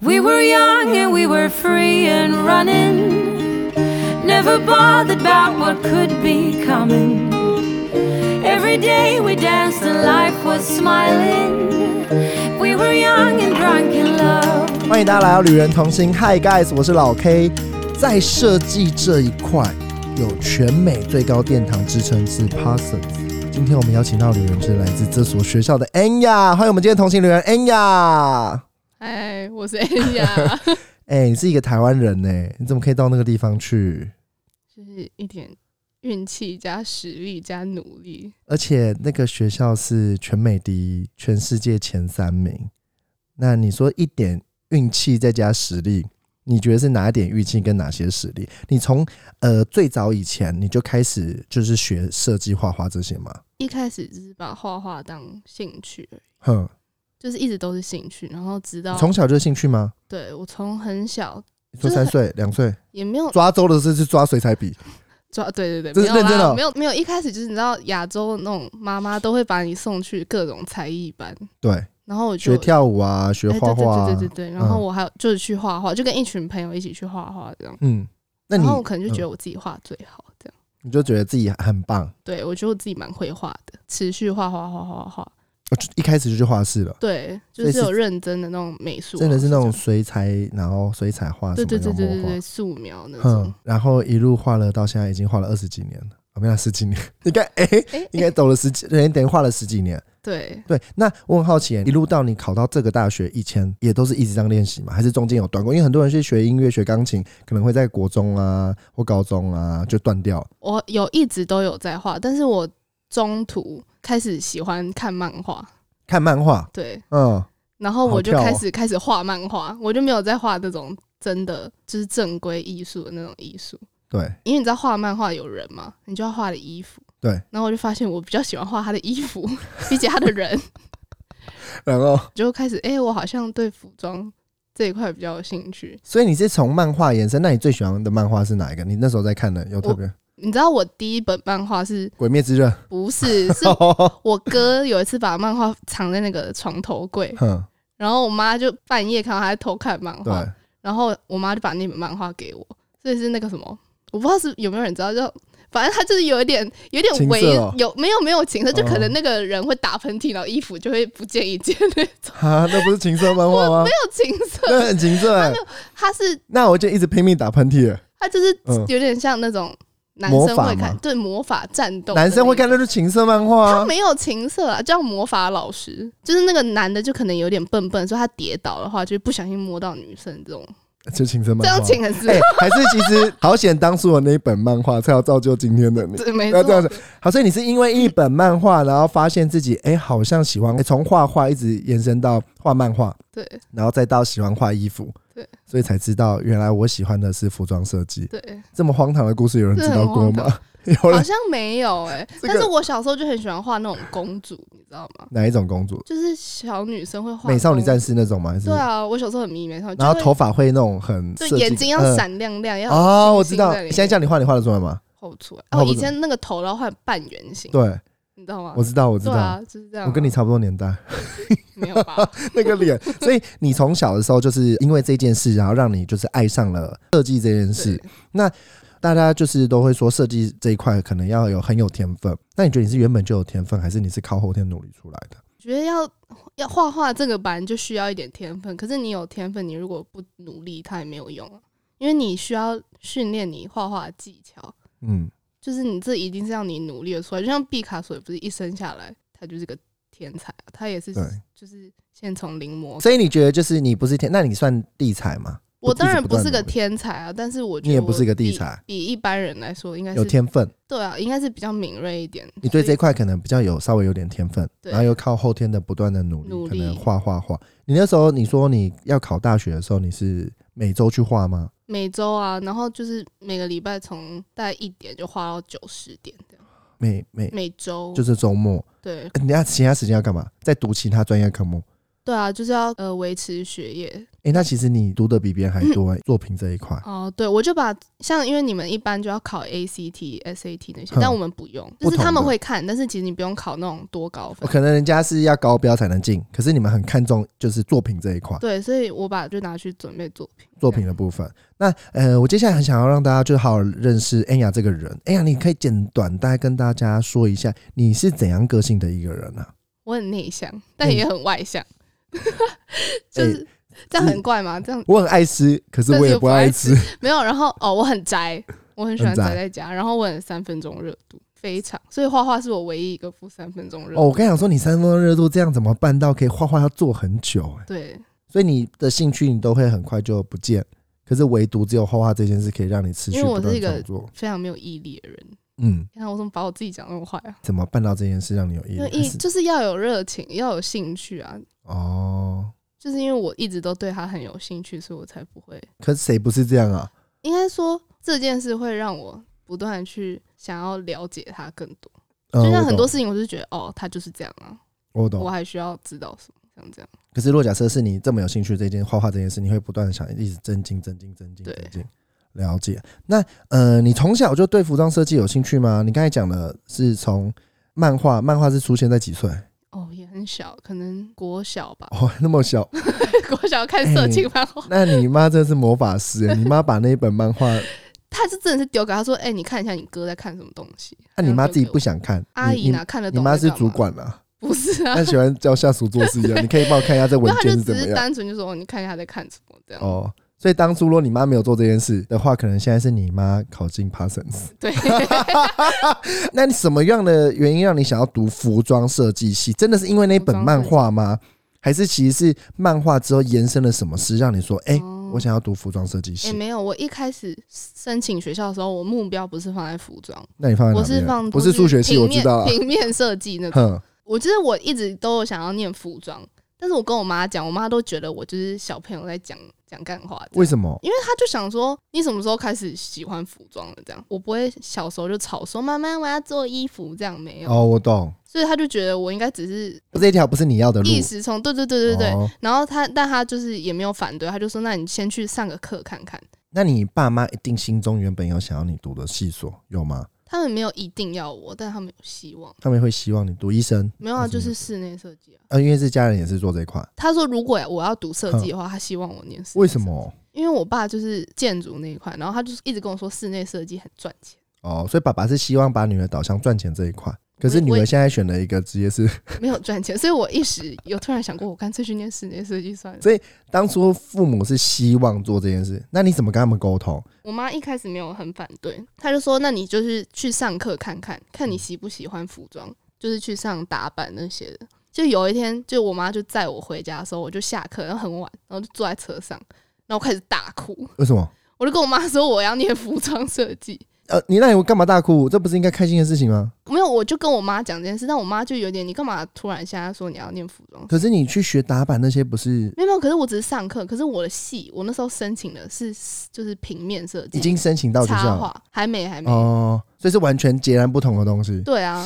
We were young and we were free and running. Never bothered about what could be coming. Every day we danced and life was smiling. We were young and drunk in love. 欢迎大家来到《旅人同心》，Hi guys，我是老 K。在设计这一块，有全美最高殿堂之称之 Parsons。今天我们邀请到旅人是来自这所学校的 Anya，欢迎我们今天同行旅人 Anya。嗨，哎我是恩雅，哎、你是一个台湾人呢、你怎么可以到那个地方去？ 就是一点运气加实力加努力，而且那个学校是全美第一，全世界前三名。那你说一点运气再加实力，你觉得是哪一点运气跟哪些实力？你从呃最早以前你就开始就是学设计、画画这些吗？一开始只是把画画当兴趣而已，哼，就是一直都是兴趣，然后直到你从小就有兴趣吗？对我从很小你说哦就是三岁、两岁也没有抓周的时候是抓水彩笔，抓，对对对，这没是有认真的啦，哦没有没有，一开始就是你知道亚洲那种妈妈都会把你送去各种才艺班，对，然后我就学跳舞啊，学哎画画、啊对对对对对，然后嗯我还有就是去画画，就跟一群朋友一起去画画这样，嗯，那然你嗯后我可能就觉得我自己画最好这样。你就觉得自己很棒，哦对，我觉得我自己蛮会画的，持续画画画画画，我就一开始就去画室了。对，所就以是是有认真的那种美术老师真啊这样，的是那种水彩，然后水彩画什对么对的对对对画对素描那嗯种，，然后一路画了到现在，已经画了二十几年了，啊，没有十几年，应该哎、 哎、应该走了十几，人等于画了十几年。对，对，那我很好奇，一路到你考到这个大学以前，也都是一直这样练习吗？还是中间有断过？因为很多人去学音乐、学钢琴，可能会在国中啊或高中啊就断掉。我有一直都有在画，但是我中途开始喜欢看漫画，看漫画，对，嗯，然后我就好跳哦开始、开始画漫画，我就没有再画那种真的就是正规艺术的那种艺术，对，因为你知道画漫画有人嘛，你就要画的衣服，对，然后我就发现我比较喜欢画他的衣服， 比起他的人。然后，就开始，哎、我好像对服装这一块比较有兴趣。所以你是从漫画延伸，那你最喜欢的漫画是哪一个？你那时候在看的有特别《你知道我第一本漫画是鬼灭之 刃不是？ 是》我哥有一次把漫画藏在那个床头柜，哼，然后我妈就半夜看到他在偷看漫画对，，然后我妈就把那本漫画给我，所以是那个什么，我不知道是有没有人知道，就反正他就是有一点有点情违色哦有没有没有情色，就可哦能那个人会打喷嚏，然后衣服就会不见一件 那种，啊，那不是情色漫画吗？ 没有情色，那很情色哎、他是那我就一直拼命打喷嚏了。它就是嗯有点像那种男魔生法会吗看，对魔法战斗，男生会看，那。就情色漫画、他啊，没有情色啊，叫魔法老师，就是那个男的就可能有点笨笨，所以他跌倒的话，就不小心摸到女生这种，就情色这漫画。样情很是哎、还是其实好险，当初我那一本漫画才要造就今天的你。对，没不要错这样子，好，所以你是因为一本漫画，然后发现自己哎、好像喜欢，哎从画画一直延伸到画漫画，对然后再到喜欢画衣服，对，所以才知道原来我喜欢的是服装设计。对，这么荒唐的故事，有人知道过这很荒吗？ 有好人像没有哎、 这但个是我小时候就很喜欢画那种公主，你知道吗？哪一种公主？就是小女生会画美少女公战士那种吗？还是对啊，我小时候很迷美少女，然后就会头发会那种很设对计眼睛要嗯闪亮亮，要哦，我星知星道。在里现在面叫你画，你画得出来吗？画不出来。画哦，不以出前那个头要画半圆形，对，你知道吗我？知道，我知对道啊。，就是这样啊。我跟你差不多年代， 没有吧？那个脸，所以你从小的时候就是因为这件事，然后让你就是爱上了设计这件事。对大家就是都会说设计这一块可能要有很有天分，那你觉得你是原本就有天分，还是你是靠后天努力出来的？我觉得要要画画这个版就需要一点天分，可是你有天分，你如果不努力，它也没有用啊，因为你需要训练你画画的技巧，嗯，就是你这一定是要你努力的出来。就像毕卡索也不是一生下来他就是个天才啊、他也是对就是先从临摹。所以你觉得就是你不是天，那你算地才吗？我当然一直不断是个努力天才啊，但是我觉你得也我不是个地比才，啊比一般人来说应该有是天分，对啊，应该是比较敏锐一点。你对这一所以块可能比较有稍微有点天分，对然后又靠后天的不断的努力，努力可能画画画。你那时候你说你要考大学的时候，你是每周去画吗？每周啊，然后就是每个礼拜从大概一点就画到九十点这样，每每每周就是周末，对呃你那其他时间要干嘛？在读其他专业科目。对啊，就是要呃维持学业，诶，那其实你读的比别人还多、欸诶作品这一块，哦，对，我就把像因为你们一般就要考 ACT、SAT 那些，哼但我们不用，嗯不就是他同们的会看，但是其实你不用考那种多高分。哦可能人家是要高标才能进，可是你们很看重就是作品这一块，对，所以我把就拿去准备作品。作品的部分。那呃，我接下来很想要让大家就好好认识恩雅这个人。恩雅，你可以简短大概跟大家说一下你是怎样个性的一个人啊？我很内向，但嗯也很外向， 哎诶就是这样很怪吗？这样我很爱吃，可是我也不爱吃。没有。然后哦，我很宅，我很喜欢很宅宅在家，然后我很三分钟热度，非常。所以画画是我唯一一个不三分钟热哦，度。我跟你讲说，你三分钟热度这样怎么办到？可以画画要做很久、诶对，所以你的兴趣你都会很快就不见。可是唯独只有画画这件事可以让你持续因为我不断是一个创作。非常没有毅力的人。嗯，你看我怎么把我自己讲那么坏啊？怎么办到这件事让你有毅因为力？还一是就是要有热情，要有兴趣啊。哦，就是因为我一直都对他很有兴趣，所以我才不会。可是谁不是这样啊？应该说这件事会让我不断地去想要了解他更多。嗯就像很多我懂事情，我就觉得哦，他就是这样啊，我我懂。还需要知道什么？像这样，可是若假设是你这么有兴趣这件画画这件事，你会不断的想一直增进、增进、增进、对增进。了解。那呃，你从小就对服装设计有兴趣吗？你刚才讲的是从漫画，漫画是出现在几岁？哦，也很小，可能国小吧，哦，那么小， 国小看色情漫画，那你妈真是魔法师欸！你妈把那一本漫画，他是真的是丢给他说，哎、你看一下你哥在看什么东西。那、啊你妈自己不想，想看，阿你姨你哪看得你懂？妈是主，管啦，不是啊她，喜欢教下属做事一样。你可以帮我看一下这文那他件就是怎只么是样？单纯就说，哦，你看一下他在看什么这样。哦，所以当初如果你妈没有做这件事的话，可能现在是你妈考进 Parsons。对，那你什么样的原因让你想要读服装设计系？真的是因为那本漫画吗？还是其实是漫画之后延伸了什么事，让你说，哎、哦 我想要读服装设计 哎、系？没有，我一开始申请学校的时候，我目标不是放在服装，那你放在哪我边？是放不是数学系，平我面知道啊。平面设计 那种。哼，我就是我一直都有想要念服装，但是我跟我妈讲，我妈都觉得我就是小朋友在讲讲干话。为什么？因为她就想说，你什么时候开始喜欢服装了？这样，我不会小时候就吵说妈妈我要做衣服，这样没有，哦，我懂，所以她就觉得我应该只是这一条不是你要的路。一时冲，对对对对对。哦然后她，但她就是也没有反对，她就说那你先去上个课看看。那你爸妈一定心中原本有想要你读的系所有吗？他们没有一定要我，但他们有希望。他们会希望你读医生？没有啊，还就是什么室内设计啊。呃，因为是家人也是做这一块，他说如果我要读设计的话，他希望我念室内嗯为什么？因为我爸就是建筑那一块，然后他就是一直跟我说室内设计很赚钱，哦，所以爸爸是希望把女儿导向赚钱这一块，可是我女我儿现在选的一个职业是没有赚钱，所以我一时有突然想过，我干脆去念室内设计算了这。当初父母是希望做这件事，那你怎么跟他们沟通？我妈一开始没有很反对，她就说：“那你就是去上课看看，看你嗯喜不喜欢服装，就是去上打扮那些的。”就有一天，就我妈就载我回家的时候，我就下课，然后很晚，然后就坐在车上，然后开始大哭，为什么？我就跟我妈说我要念服装设计。呃，你那你干嘛大哭？这不是应该开心的事情吗？没有，我就跟我妈讲这件事，但我妈就有点，你干嘛突然现在说你要念服装？可是你去学打板那些不是没有，没有，可是我只是上课，可是我的系，我那时候申请的是就是平面设计，已经申请到学插校了画还没还没、哦，所以是完全截然不同的东西。对啊，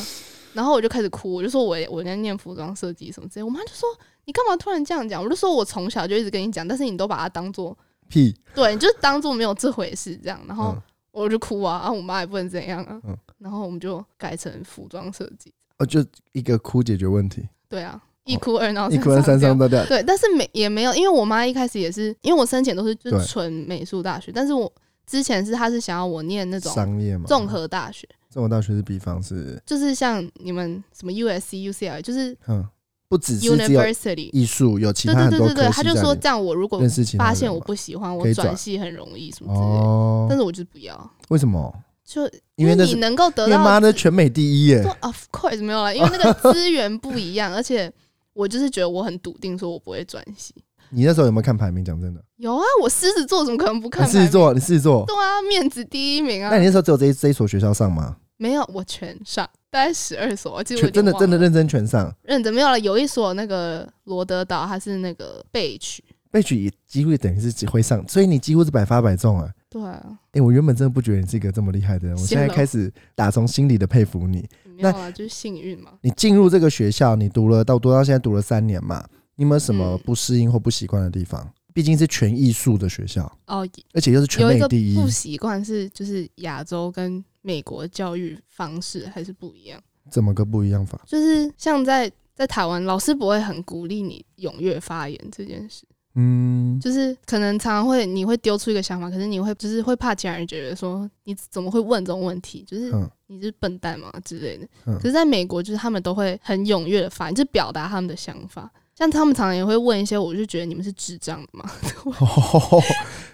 然后我就开始哭，我就说我我在念服装设计什么之类，我妈就说你干嘛突然这样讲？我就说我从小就一直跟你讲，但是你都把它当做屁，对，你就当做没有这回事这样，然后嗯我就哭啊，啊我妈也不能怎样啊，嗯然后我们就改成服装设计，哦，就一个哭解决问题，对啊，一哭二闹哦一哭三上上吊吊。对，但是没也没有，因为我妈一开始也是，因为我申请都是就对是纯美术大学，但是我之前是她是想要我念那种商业嘛，综合大学，综合大学是比方是，就是像你们什么 USC、UCL，就是嗯，不只是只有 University，艺术，有其对他很对对多对对，科她系就在说里这样我如果认识其他发人现我嘛不喜欢，可我以转转系很容易什么之类的，哦但，是我就是不要，为什么？就因为那你是能够得因为到妈的全美第一耶，说 of course 没有了，因为那 个资源不一样，而且我就是觉得我很笃定，说我不会转系。你那时候有没有看排名？讲真的，有啊，我狮子座怎么可能不看你排狮名？子座，你哎狮子座，对啊，面子第一名啊那！你那时候只有这一这一所学校上吗？没有，我全上，大概十二所，其实我全真的真的认认真全上，认真没有了。有一所那个罗德岛，它是那个备取，被取也几乎等于是只会上，所以你几乎是百发百中啊。对啊，哎、我原本真的不觉得你是一个这么厉害的人，我谢现了在开始打从心里的佩服你。没有啊，就是幸运嘛。你进入这个学校，你读了到读到现在读了三年嘛，你有没有什么嗯不适应或不习惯的地方？毕竟是全艺术的学校，哦，而且又是全有一美个第一。不习惯是就是亚洲跟美国教育方式还是不一样，怎么个不一样法？就是像在在台湾，老师不会很鼓励你踊跃发言这件事，嗯，就是可能常常会你会丢出一个想法，可是你会就是会怕其他人觉得说你怎么会问这种问题，就是嗯 你是笨蛋嘛之类的。嗯可是在美国，就是他们都会很踊跃的发言，就是表达他们的想法。像他们常常也会问一些，我就觉得你们是智障的嘛？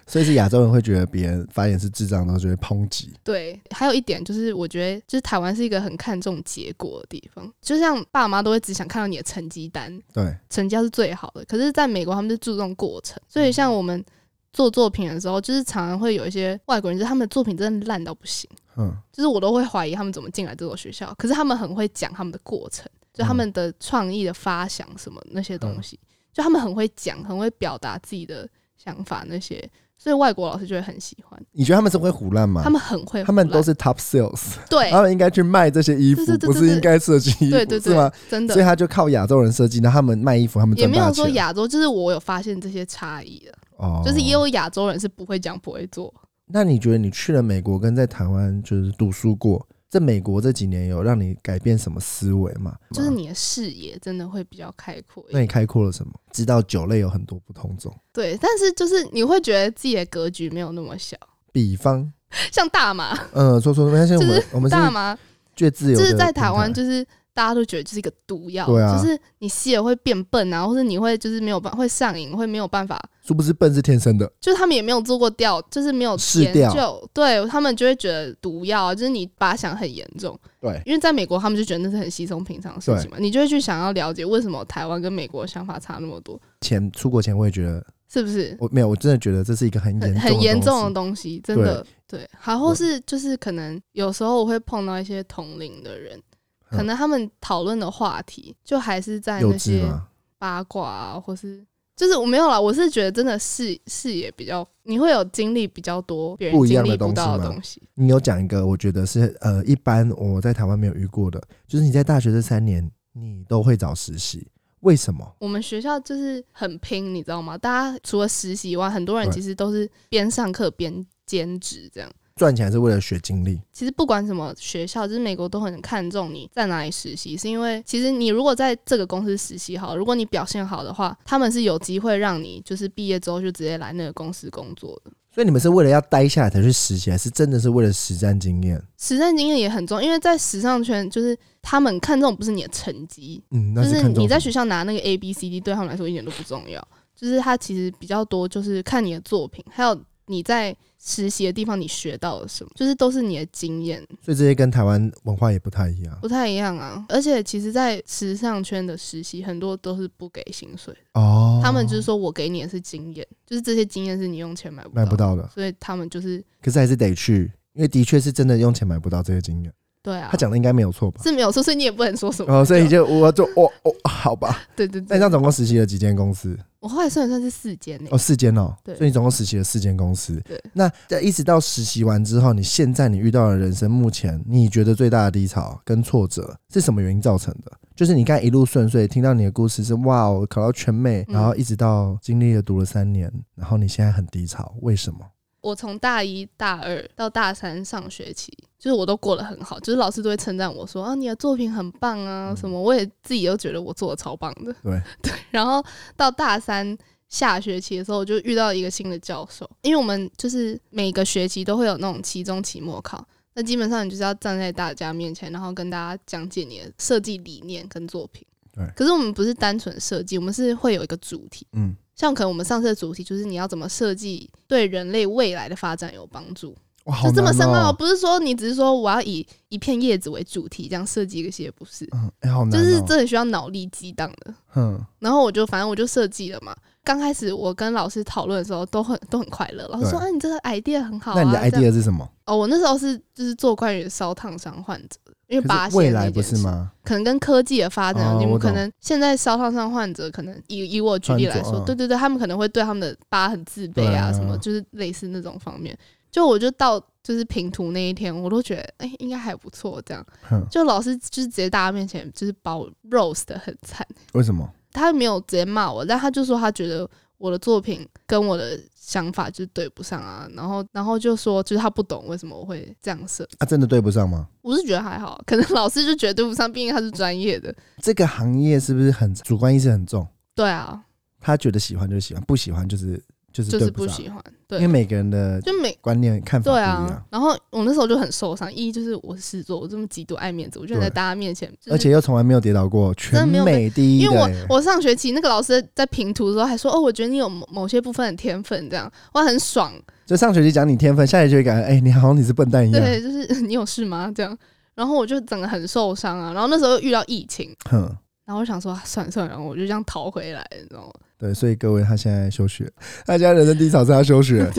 所以是亚洲人会觉得别人发言是智障，都觉得抨击。对，还有一点就是，我觉得就是台湾是一个很看重结果的地方，就像爸妈都会只想看到你的成绩单，对，成绩要是最好的。可是，在美国他们是注重过程，所以嗯像我们做作品的时候，就是常常会有一些外国人，就是他们的作品真的烂到不行，嗯，就是我都会怀疑他们怎么进来这所学校。可是他们很会讲他们的过程，就嗯他们的创意的发想什么那些东西，就他们很会讲，很会表达自己的想法那些，所以外国老师就会很喜欢，你觉得他们是会胡乱吗？他们很会胡乱，嗯他们都是啊 top sales，对。他们应该去卖这些衣服，对对对不对是对应该设计衣服对对对是吗？，真所以的他就靠亚洲人设计，那他们卖衣服，他们也赚没大有钱说。亚洲，就是我有发现这些差异的，哦就是也有亚洲人是不会讲不会做，那你觉得你去了美国跟在台湾就是读书过，在美国这几年有让你改变什么思维吗？就是，你的视野真的会比较开阔一那你点。开阔了什么？知道酒类有很多不同种，对，但是就是你会觉得自己的格局没有那么小，比方，像大麻，呃，说说，没关系，我就们是我们是大麻最自由就的平台，是在台湾就是。大家都觉得就是一个毒药，对啊就是你吸了会变笨啊，或者你会就是没有办会上瘾，会没有办法，殊不知笨是天生的，就是他们也没有做过调，就是没有试研调究，对他们就会觉得毒药啊，就是你把它想很严重，对，因为在美国，他们就觉得那是很稀松平常的事情嘛，你就会去想要了解为什么台湾跟美国的想法差那么多，前出国前我也觉得，是不是？我没有，我真的觉得这是一个很严很重很严重的的东西，真的对。好，或是就是可能有时候我会碰到一西，一些同龄的人，嗯可能他们讨论的话题就还是在东那西，幼些稚吗？八卦啊，或是就是我没有啦，我是觉得真的视视野比较，你会有经历比较多别人不一经样的历不到东西吗的东西，你有讲一个，我觉得是呃，一般我在台湾没有遇过的，就是你在大学这三年，你都会找实习，为什么？我们学校就是很拼，你知道吗？大家除了实习以外，很多人对其实都是边上课边兼职这样。赚钱是为了学经历，其实不管什么学校，就是美国都很看重你在哪里实习，是因为其实你如果在这个公司实习好，如果你表现好的话，他们是有机会让你就是毕业之后就直接来那个公司工作的。所以你们是为了要待下来才去实习，还是真的是为了实战经验？实战经验也很重要，因为在时尚圈，就是他们看重不是你的成绩，嗯，那就是是看重你在什学校拿那个 A B C D 对他们来说一点都不重要，就是他其实比较多就是看你的作品，还有你在实习的地方你学到了什么，就是都是你的经验，么，所以这些跟台湾文化也不太一样不太一样啊。而且其实，在时尚圈的实习很多都是不给薪水，哦。他们就是说我给你的是经验，就是这些经验是你用钱买不买到，不到的，所以他们就是可是还是得去，因为的确是真的用钱买不到这些经验。对啊他，讲的应该没有错吧？是没有错，所以你也不能说什么。哦，所以就我就哦哦，好吧。对对那对你这，样总共实习了几间公司？我后来算了算是四间呢、哦，四间哦，对所以你总共实习了四间公司。对，那在一直到实习完之后，你现在你遇到的人生目前你觉得最大的低潮跟挫折是什么原因造成的？就是你刚才一路顺遂，听到你的故事是哇哦，考到全美，嗯然后一直到经历了读了三年，然后你现在很低潮，为什么？我从大一、大二到大三上学期，就是我都过得很好，就是老师都会称赞我说啊，你的作品很棒啊，嗯什么，我也自己又觉得我做的超棒的。对对，然后到大三下学期的时候，我就遇到一个新的教授，因为我们就是每个学期都会有那种期中、期末考，那基本上你就是要站在大家面前，然后跟大家讲解你的设计理念跟作品。对可是我们不是单纯设计，我们是会有一个主题，嗯，像可能我们上次的主题就是你要怎么设计对人类未来的发展有帮助，哇，好就这么深难奥，哦。不是说你只是说我要以一片叶子为主题这样设计一个系列，不是，嗯，哎、好难、就哦，是真的需要脑力激荡的。嗯，然后我就反正我就设计了嘛。刚开始我跟老师讨论的时候都很都很快乐，老师说对啊你这个 idea 很好那啊。你的这样 idea 是什么？哦，我那时候是就是做关于烧烫伤患者的，因为可拔是线未那来件不是事？吗？可能跟科技的发展哦有进步，我懂可能现在烧烫伤患者，可能以以我举例来穿着说，嗯对对对，他们可能会对他们的疤很自卑对啊，啊什么就是类似那种方面。就我就到就是平图那一天，我都觉得哎、应该还不错，这样。哼，就老师就是直接大家面前就是把我 roast 的很惨，为什么？他没有直接骂我，但他就说他觉得我的作品跟我的想法就是对不上啊，然后然后就说就是他不懂为什么我会这样设，啊，真的对不上吗？我是觉得还好，可能老师就觉得对不上，毕竟他是专业的。这个行业是不是很主观意识很重？对啊，他觉得喜欢就喜欢，不喜欢就是就是就对是不不上，喜欢，因为对，每个人的就每观念看法不对一样啊，。然后我那时候就很受伤，一就是我是狮子座，我这么极度爱面子，我居然对在大家面前，就是而且又从来没有跌倒过，全的没有美第一因的为欸、我我上学期那个老师在评图的时候还说，哦，我觉得你有某某些部分的天分，这样我很爽。就上学期讲你天分，下学期就感觉哎、你好像你是笨蛋一样。对，就是 你有事吗？这样，然后我就整个很受伤啊。然后那时候又遇到疫情，哼，然后我想说、啊算了算了，然后我就这样逃回来，你知道吗？对，所以各位他现在休学，他现在人生低潮是他休 学。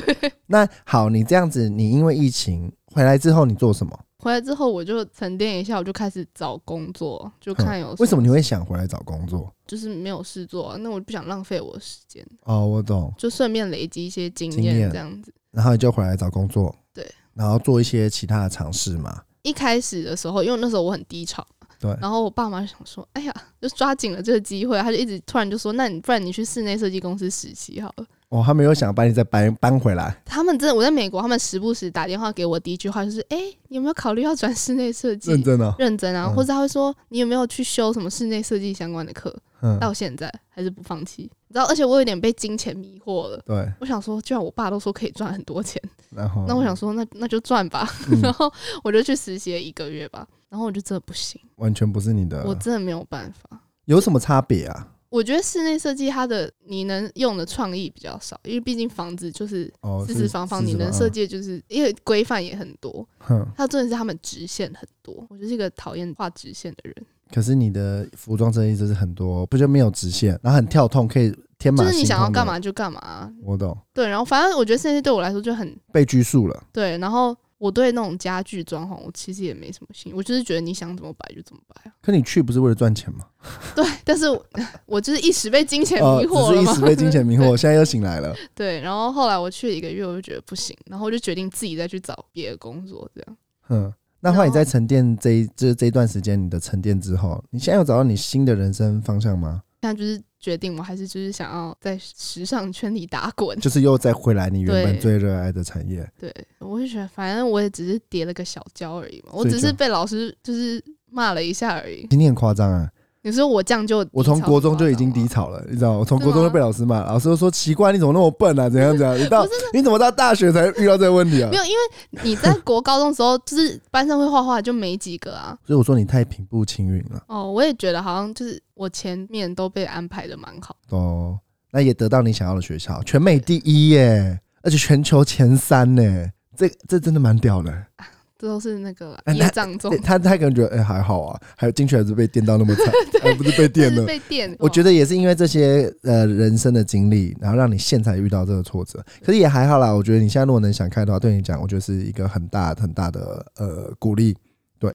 那好，你这样子，你因为疫情回来之后，你做什么？回来之后我就沉淀一下，我就开始找工作，就哼看有为什么你会想回来找工作？就是没有事做啊、那我不想浪费我的时间，哦，我懂。就顺便累积一些经经验验这样子。然后你就回来找工作，对，然后做一些其他的尝试嘛。一开始的时候，因为那时候我很低潮，对然后我爸妈就想说，哎呀，就抓紧了这个机会，他就一直突然就说，那你不然你去室内设计公司实习好了。哦，他没有想把你再搬搬回来，他们真的，我在美国，他们时不时打电话给我，第一句话就是，哎、你有没有考虑要转室内设计？认真哦。认真啊，嗯或者他会说，你有没有去修什么室内设计相关的课？嗯，到现在还是不放弃，你知道？而且我有点被金钱迷惑了。对，我想说，既然我爸都说可以赚很多钱，然后那我想说那，那就赚吧。嗯 然后我就去实习了一个月吧，然后我就真的不行，完全不是你的我，真的没有办法。有什么差别啊？我觉得室内设计它的你能用的创意比较少，因为毕竟房子就是哦，四四方方，嗯你能设，计的就是因为规范也很多，嗯哼。它真的是他们直线很多。我就是一个讨厌画直线的人，可是你的服装设计就是很多，不就没有直线，然后很跳痛，可以天马行就空。是你想要干？嘛就干嘛、啊我懂，对，然后反正我觉得室内设计对我来说就很被拘束了。对，然后我对那种家具装潢，我其实也没什么兴趣，我就是觉得你想怎么摆就怎么摆啊。可你去不是为了赚 钱吗？对，但是我我就是一时被金钱哦，迷惑了只嘛、是一时被金钱迷 惑，现在又醒来了。对，然后后来我去了一个月，我就觉得不行，然后我就决定自己再去找别的工作，这样。嗯，那后来你在沉淀这一这这一段时间，你的沉淀之后，你现在有找到你新的人生方向吗？现在就是决定，我还是就是想要在时尚圈里打滚。就是又再回来你原本对最热爱的产业。对，我就觉得反正我也只是跌了个小跤而已嘛，我所以只是就被老师就是骂了一下而已。今天很夸张啊！你说我这样就我从国中就已经低低，潮了，你知道吗，我从是国中就吗被老师骂，老师就说奇怪，你怎么那么笨啊？怎样怎样？你到不你怎么到大学才遇到这个问题啊没？有，因为你 在国高中的时候，就是班上会画画就没几个啊。所以我说你太平步青云了。哦，我也觉得好像就是我前面都被安排的蛮好，哦，那也得到你想要的学校，全美第一耶，而且全球前三呢，这这真的蛮屌的。这都是那个啦哎那业障重对，他他可能觉得哎、还好啊，还有进去还是被电到那么惨，还不是被就电是了。被电。哦我觉得得也是因为这些呃人生的经历，然后让你现在遇到这个挫折，可是也还好啦。我觉得你现在如果能想开的话，对你讲，我觉得是一个很大很大的呃鼓励。对，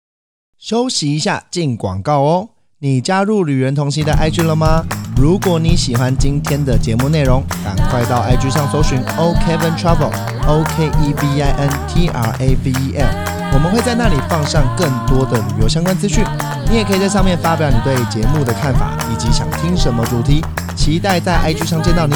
休息一下，进广告哦。你加入旅人同行的 IG 了吗？如果你喜欢今天的节目内容，赶快到 IG 上搜寻 O Kevin Travel O K E V I N T R A V E L，我们会在那里放上更多的旅游相关资讯。你也可以在上面发表你对节目的看法以及想听什么主题，期待在 IG 上见到你。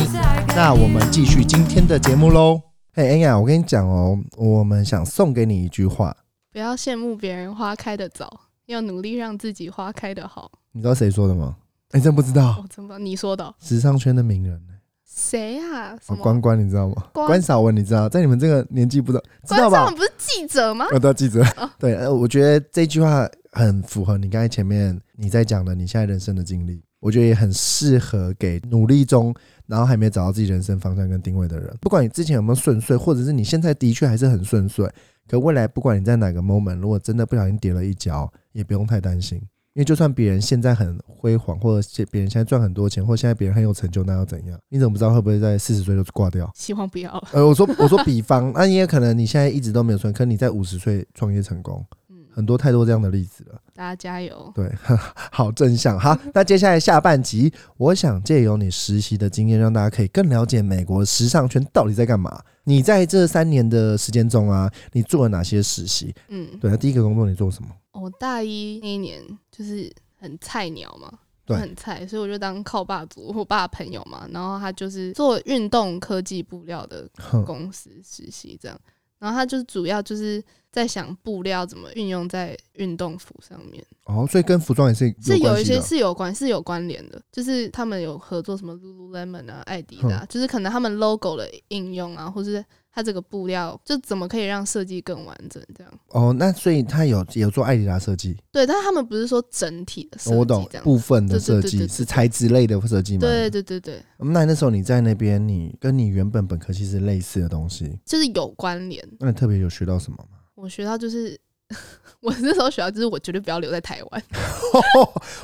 那我们继续今天的节目喽。嘿，恩雅，我跟你讲哦，我们想送给你一句话，不要羡慕别人花开的早，要努力让自己花开的好。你知道谁说的吗？哎，真不知道，哦，怎么你说的哦？时尚圈的名人。谁啊？什哦，么？关关，你知道吗？关关少文，你知道，在你们这个年纪不知道，知道吧呃长？不是记者吗？我当记者哦，对，呃，我觉得这句话很符合你刚才前面你在讲的你现在人生的经历，我觉得也很适合给努力中，然后还没找到自己人生方向跟定位的人。不管你之前有没有顺遂，或者是你现在的确还是很顺遂，可未来不管你在哪个 moment，如果真的不小心跌了一跤，也不用太担心。因为就算别人现在很辉煌，或者是别人现在赚很多钱，或者现在别人很有成就，那又怎样？你怎么不知道会不会在四十岁就挂掉？希望不要了。呃，我说我说比方，那、也可能你现在一直都没有成，可你在五十岁创业成功，嗯，很多太多这样的例子了。大家加油。对， 好正向哈。那接下来下半集，我想借由你实习的经验，让大家可以更了解美国时尚圈到底在干嘛。你在这三年的时间中啊，你做了哪些实习？啊嗯，对，那第一个工作你做什么？我大一那一年就是很菜鸟嘛，对很菜，所以我就当靠爸族，我爸的朋友嘛。然后他就是做运动科技布料的哼公司实习这样，然后他就主要就是在想布料怎么运用在运动服上面，哦，所以跟服装也是是有关一系些的。是有关是有关联的，就是他们有合作什么 Lululemon 啊、艾迪达，就是可能他们 logo 的应用啊，或是它这个布料就怎么可以让设计更完整这样。哦，那所以他有有做艾迪达设计，对，但他们不是说整体的设哦我计懂这样，部分的对对设对计对是材质类的设计吗？对对对对，嗯。那那时候你在那边，你跟你原本本科系是类似的东西，就是有关联。那你特别有学到什么吗？ 我学到就是， 我那时候学到就是我绝对不要留在台湾，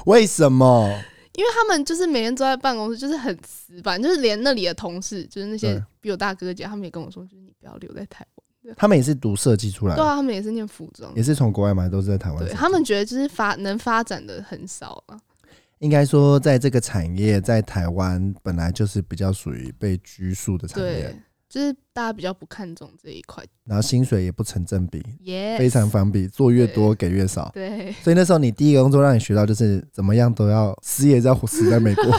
为什么？因为他们就是每天坐在办公室，就是很死板，就是连那里的同事，就是那对些比我大哥姐，他们也跟我说，就是你不要留在台湾。他们也是读设计出来对的，啊，他们也是念服装也，是从国外买，都是在台湾设对计。他们觉得就是发能发展的很少啊。应该说，在这个产业，在台湾本来就是比较属于被拘束的产业对，，就是大家比较不看重这一块。然后薪水也不成正比，耶，非常反比，做越多给越少。 对，所以那时候你第一个工作让你学到就是怎么样都要死也要死在美国，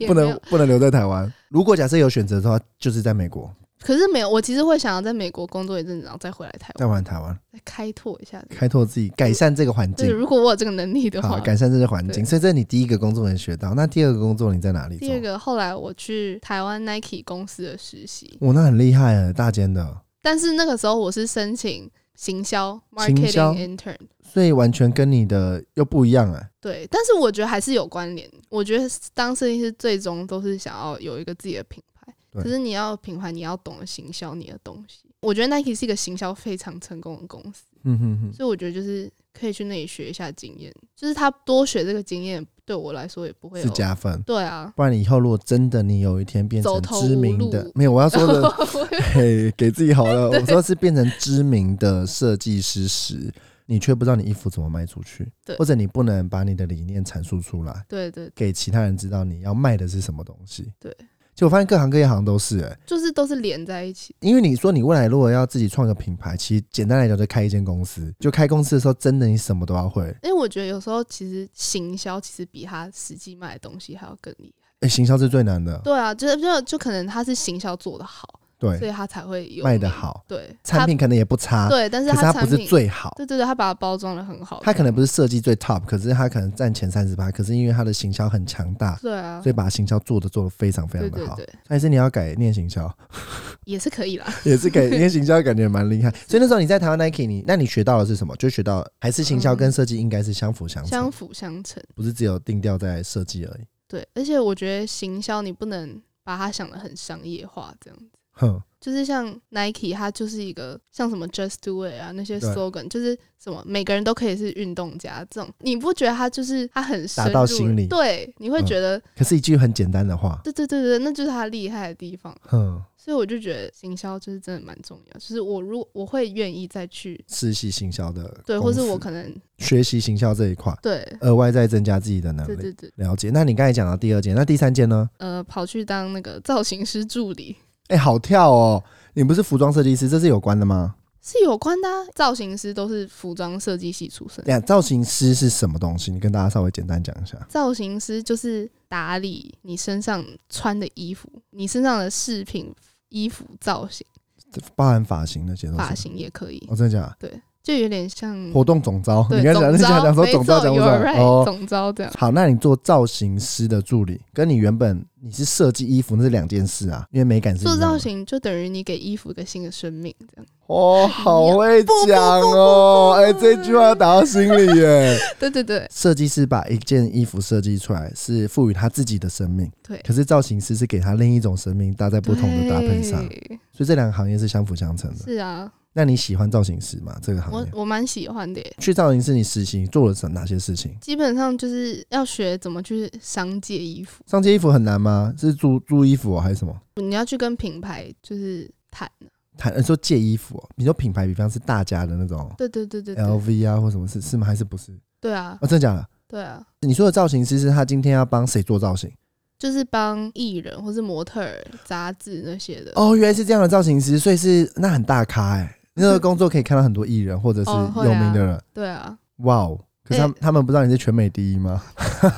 也不没能有。不能留在台湾。如果假设有选择的话，就是在美国，可是没有，我其实会想要在美国工作一阵子，然后再回来台再湾，玩台湾，再开拓一下。开拓自己，改善这个环对，境，如果我有这个能力的好，话，改善这个环境。对所以这是你第一个工作能学到。那第二个工作你在哪里做第？二个，后来我去台湾 Nike 公司的实习，我那很厉害啊，大间的，但是那个时候我是申请行销行销 marketing intern，所以完全跟你的又不一样哎、对，但是我觉得还是有关联。我觉得当设计师最终都是想要有一个自己的品牌，对可是你要有品牌，你要懂得行销你的东西。我觉得 Nike 是一个行销非常成功的公司，嗯哼哼。所以我觉得就是可以去那里学一下经验，就是他多学这个经验对我来说也不会是有加分。对啊，不然以后如果真的你有一天变成走投知名无的路，没有我要说的， 我嘿，给自己好了。我说是变成知名的设计师时，你却不知道你衣服怎么卖出去，对或者你不能把你的理念阐述出来，对对，给其他人知道你要卖的是什么东西。对，就我发现各行各业好像都是、欸，就是都是连在一起的。因为你说你未来如果要自己创个品牌，其实简单来讲就开一间公司，就开公司的时候真的你什么都要会。因为我觉得有时候其实行销其实比他实际卖的东西还要更厉害。哎、行销是最难的，对啊，就是就就可能他是行销做得好，对，所以他才会有卖得名。好，对，产品可能也不差他，对，但是可是它产不品是最好。对对对，他把它包装的很好。他可能不是设计最 top，可是他可能占前三十八，可是因为他的行销很强大，对啊所，以把行销做的做的非常非对常的对好。对，还是你要改念行销，也是可以啦。 也是改念行销，感觉蛮厉害。所以那时候你在台湾 Nike，你那你学到的是什么？就学到还是行销跟设计应该是相辅相成，嗯相辅相成。不是只有定调在设计而已。对，而且我觉得行销你不能把它想的很商业化，这样子。哼，就是像 Nike，它就是一个像什么 Just Do It 啊那些对 slogan，就是什么每个人都可以是运动家这种，你不觉得它就是它很深打到入心里对，你会嗯觉得、可是一句很简单的话，对对对对，那就是它厉害的地方。哼，所以我就觉得行销就是真的蛮重要，就是我如果我会愿意再去实习行销的对，公或司，是我可能学习行销这一块，对额外再增加自己的能对力。对对，了解。那你刚才讲到第二件，那第三件呢？呃，跑去当那个造型师助理哎、好跳哦！你不是服装设计师，这是有关的吗？是有关的、啊，造型师都是服装设计系出身对，呀，造型师是什么东西？你跟大家稍微简单讲一下。造型师就是打理你身上穿的衣服，你身上的饰品、衣服造型、包含发型那些东西。发型也可以，哦，真的假的？就有点像活动总招，嗯对你刚才总讲讲讲招，说没总错招讲不 you're 讲？ right，哦，总招这样。好，那你做造型师的助理，跟你原本你是设计衣服那是两件事啊，因为美感是一做样的造型就等于你给衣服一个新的生命，这样。 哦，好会讲哦，哎、这句话打到心里 耶。对对对设计师把一件衣服设计出来，是赋予他自己的生命，对，可是造型师是给他另一种生命搭在不同的搭配上，对所以这两个行业是相辅相成的。是啊，那你喜欢造型师吗？这个行我业？我蛮喜欢的耶。去造型师你实习做了什哪些事情？基本上就是要学怎么去商借衣服，上街衣服很难吗？是租租衣服、哦、还是什么？你要去跟品牌就是谈。谈呃说借衣服、哦，你说品牌，比方是大家的那种对对对对对， LV 啊，或什么是是吗？还是不是？对啊哦，真的假的？对啊，你说的造型师是他今天要帮谁做造型？就是帮艺人或是模特儿、杂志那些的。哦，原来是这样的造型师，所以是那欸很大咖哎、那个工作可以看到很多艺人或者是哦会有名的人，对啊，哇哦！可是他们、哎他们不知道你是全美第一吗？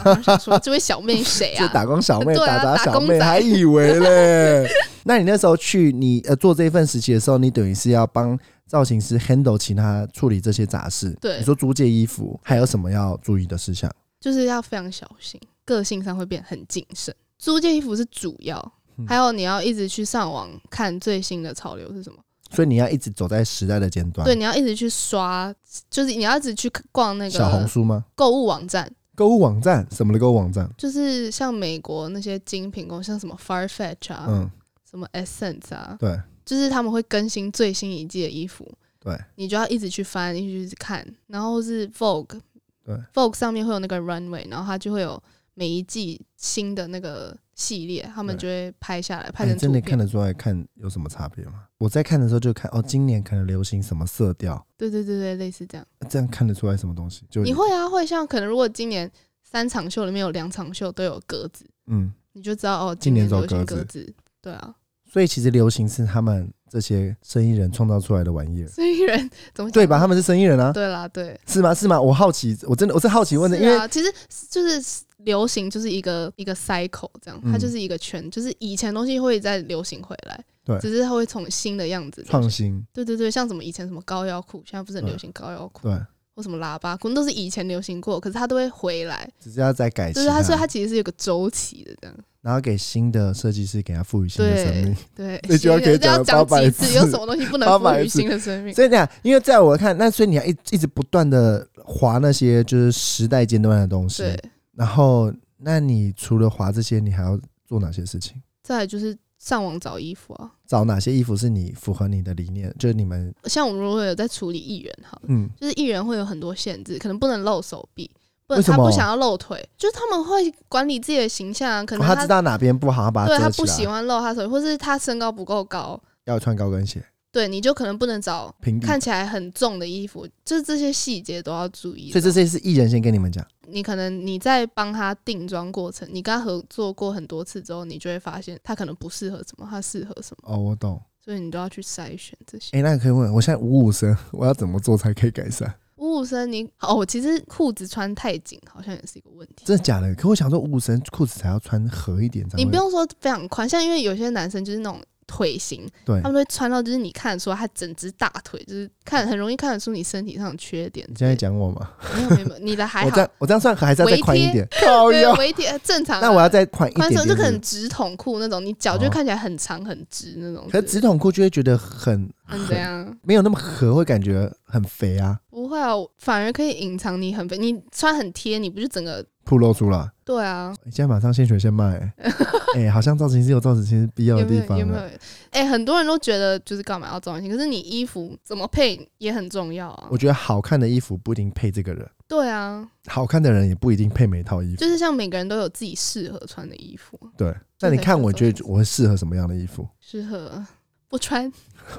然后想说这位小妹谁 就啊？打工小妹、对啊打杂打小工妹，仔还以为嘞。 那你那时候去你呃做这份实习的时候，你等于是要帮造型师 handle 其他处理这些杂事。对你说租借衣服，还有什么要注意的事项？就是要非常小心，个性上会变很谨慎。租借衣服是主要嗯，还有你要一直去上网看最新的潮流是什么。所以你要一直走在时代的尖端。对，，你要一直去刷，就是你要一直去逛那小红个书吗？购物网站，购物网站什么的购物网站？就是像美国那些精品公司，像什么 Farfetch 啊，嗯，什么 Essence 啊，对就是他们会更新最新一季的衣服，对，你就要一直去翻，一直去看。然后是 Vogue，对，Vogue 上面会有那个 runway，然后它就会有每一季新的那个系列，他们就会拍下来，拍哎成真图的片。看得出来看有什么差别吗？我在看的时候就看哦，今年可能流行什么色调，对对对对，类似这样。这样看得出来什么东西？就你会啊，会像可能如果今年三场秀里面有两场秀都有格子，嗯，你就知道哦，今年年走流行格格子子。对啊，所以其实流行是他们这些生意人创造出来的玩意儿，所以人怎么讲对吧？？他们是生意人啊，对啦，对。是吗？是吗？我好奇，我真的我是好奇问的，是因为啊，其实就是流行就是一个一个 cycle 这样，嗯它就是一个圈，就是以前东西会再流行回来，对只是它会从新的样子流行创，新，对对对，像什么以前什么高腰裤，现在不是很对流行高腰裤，对，或什么喇叭裤，那都是以前流行过，可是它都会回来，只是要再改其就是它他，所以它其实是有个周期的这样，然后给新的设计师给他赋予新的生对命。对，这句话可以 要讲讲800几次次，有什么东西 不能赋800予新的生命？所以这样，因为在我看，那所以你要一一直不断的划那些就是时代尖端的东西，对，然后，那你除了划这些，你还要做哪些事情？再来就是上网找衣服啊，找哪些衣服是你符合你的理念？就是你们，像我们如果有在处理艺人好了。嗯，就是艺人会有很多限制，可能不能露手臂，不为能什么他不想要露腿，就是他们会管理自己的形象啊，可能哦他知道哪边不好，他把对它他遮起不来。喜欢露他手臂，或是他身高不够高，要穿高跟鞋，对你就可能不能找平底。看起来很重的衣服，就是这些细节都要注意所以。这些是艺人先跟你们讲，你可能你在帮他定妆过程，你跟他合作过很多次之后，你就会发现他可能不适合什么，他适合什么，哦，我懂。所以你都要去筛选这些。哎、那可以问，我现在五五身， 我要怎么做才可以改善？五五身你哦，其实裤子穿太紧好像也是一个问题。真的假的？可我想说，五五身裤子才要穿合一点，才会你不用说非常宽，像因为有些男生就是那种腿型，对他。们会穿到就是你看得出他整只大腿，就是看很容易看得出你身体上的缺点你之现在类的。讲我嘛？没有没有没有，你的还我这好样，我这样算还是要再微宽一贴点，靠 对腰。微贴正常啊。 那我要再宽一点宽松点。就可是能直筒裤那种，你脚就哦会看起来很长很直那种。不是可是直筒裤就会觉得很很怎样？没有那么合，会感觉很肥啊，啊不会啊，反而可以隐藏你很肥，你穿很贴，你不就整个暴露出来。对啊？你现在马上先学先卖、 欸，哎、好像造型师有造型师必要的有没地有方、有没有啊。？哎、很多人都觉得就是干嘛要造型，可是你衣服怎么配也很重要啊我。觉得好看的衣服不一定配这个人，对啊，好看的人也不一定配每套衣服。就是像每个人都有自己适合穿的衣服，对，那你看，我觉得我会适合什么样的衣服？适合不 穿。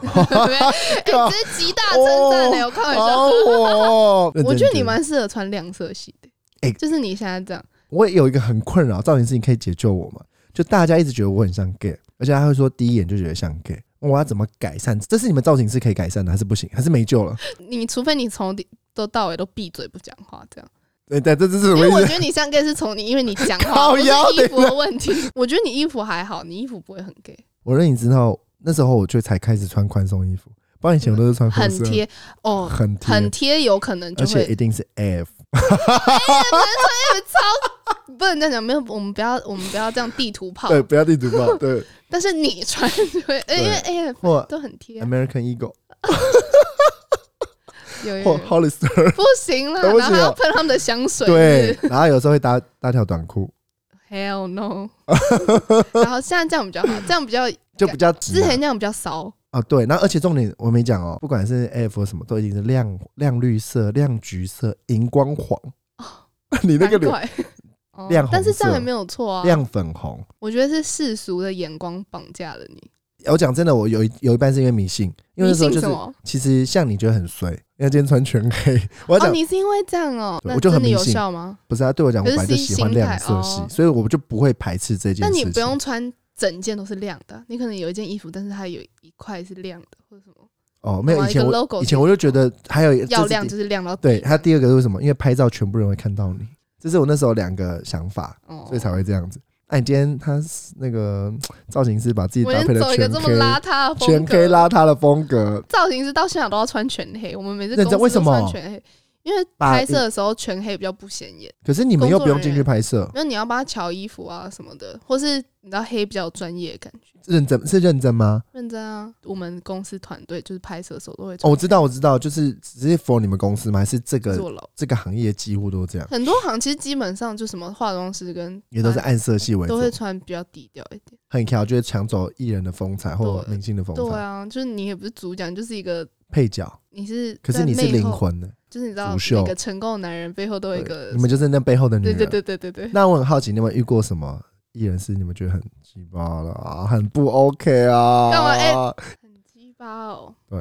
哎、这是极大称赞欸的，我开玩笑。 哦，哎我觉得你们，蛮适合穿亮色系的、哎就是你现在这样，我也有一个很困扰，造型师，你可以解救我吗？就大家一直觉得我很像 gay，而且他会说第一眼就觉得像 gay，我要怎么改善？这是你们造型师可以改善的，还是不行？还是没救了？你除非你从都到尾都闭嘴不讲话这样，对对，这这是什因么为意我思？觉得你像 gay 是从你，因为你讲 话靠不是腰衣服的问题。我觉得你衣服还好，你衣服不会很 gay，我让你知道，那时候我就才开始穿宽松衣服， 不然以前我都是穿红很色，贴哦，很贴，很贴，有可能而就且会一定是 F。不能这样讲，没有，我们不要，我们不要这样地图炮。对，不要地图炮， 对，但是你穿就会，哎因为哎呀或都很贴啊， American Eagle 有有或有 Hollister，不行啦，都然不后行啊还要喷他们的香水。对，然后有时候会搭搭条短裤， ，Hell no。然后现在这样比较好，这样比较就比较直之啊前那样比较骚。啊。对，然后而且重点我没讲哦，不管是 F 或什么，都已经是亮亮绿色、亮橘色、荧光黄。你那个哦难脸怪 哦亮红色但是这样也没有错啊。亮粉红，我觉得是世俗的眼光绑架了你。我讲真的，我有一有一半是因为迷信，因为迷那时候信就什是么？其实像你觉得很衰，因为今天穿全黑，我要哦，讲、你是因为这样哦？对那我就很真的有迷信效吗？不是啊他对我讲，我可本是来就喜欢心态亮色系，哦所以我就不会排斥这件那事情。你不啊用穿整件都是亮的，你可能有一件衣服，但是它有一块是亮的，或者什么。哦，没有哇以前一个我 logo 以前我就觉得还有要这是亮第就是亮到底对他第二个是为什么？因为拍照全部人会看到你，这是我那时候两个想法，哦所以才会这样子。那、你今天他是那个造型师把自己我搭配先的走一个全这么邋 K 遢的风格，全 K 邋遢的风格，造型师到现场都要穿全黑，我们每次认公真司都为什么穿全黑？因为把拍摄的时候全黑比较不显眼，可是你们工又作不用进人去员拍摄，因为你要帮他瞧衣服啊什么的，或是你知道黑比较有专业的感觉。认真是认真吗？认真啊，我们公司团队就是拍摄的时候都会哦，穿我知道，我知道，就是只是 for 你们公司吗？还是这个坐牢。这个行业几乎都这样，很多行其实基本上就什么化妆师跟也都是暗色系为都主会，穿比较低调一点。很强，就会抢走艺人的风采或对明星的风对采，啊，就是你也不是主讲，你就是一个配角。你是可是在你是背灵后，魂的，就是你知道拂袖每个成功的男人背后都有一对个你们就是那背后的女对人。对对对对对。那我很好奇，你有没有遇过什么艺人是你们觉得很鸡巴了啊，很不 OK 啊？干嘛哎很鸡巴哦。对，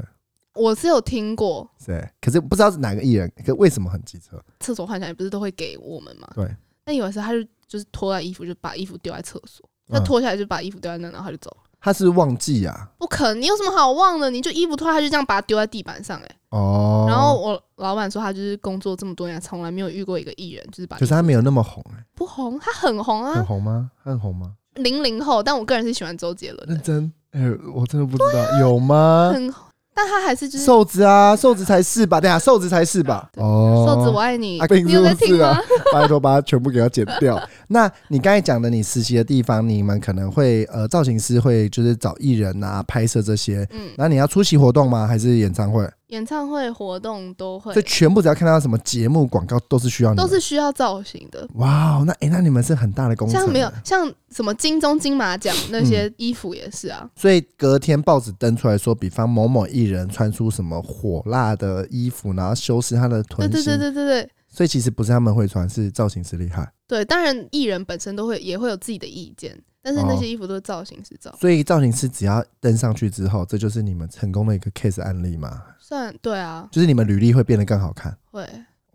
我是有听过对，可是不知道是哪个艺人，可为什么很机车？厕所幻想，也不是都会给我们嘛？对。但有一次，他就就是脱掉衣服，就把衣服丢在厕所。他嗯脱下来就把衣服丢在那，然后他就走了。他是忘记啊，不可能，你有什么好忘的？你就衣服脱，下去，这样把它丢在地板上、欸。哦，然后我老板说，他就是工作这么多年，从来没有遇过一个艺人，就是把可是他没有那么红、哎不红，他很红很啊，红吗？他很红吗？零零后。但我个人是喜欢周杰伦认的，真，哎、我真的不知道、有吗？很，但他还是就嗯是瘦子啊，瘦子才是吧？等一下瘦子才是吧？啊对哦，瘦子，我爱你啊，定你是有不在听是啊吗？？ 拜托把它全部给它剪掉。 那你刚才讲的，你实习的地方，你们可能会呃，造型师会就是找艺人啊，拍摄这些。嗯，那你要出席活动吗？还是演唱会？演唱会活动都会这，全部只要看到什么节目广告，都是需要你都们。是需要造型的。哇哦，那诶，那你们是很大的工程。像没有像什么金钟金马奖那些衣服也是啊，所以隔天报纸登出来说，比方某某艺人穿出什么火辣的衣服，然后修饰他的对臀对型。对对对对所以其实不是他们会穿，是造型师厉害。对，当然艺人本身都会也会有自己的意见，但是那哦些衣服都是造型师造，所以造型师只要登上去之后，这就是你们成功的一个 case 案例嘛，算对啊，就是你们履历会变得更好看。会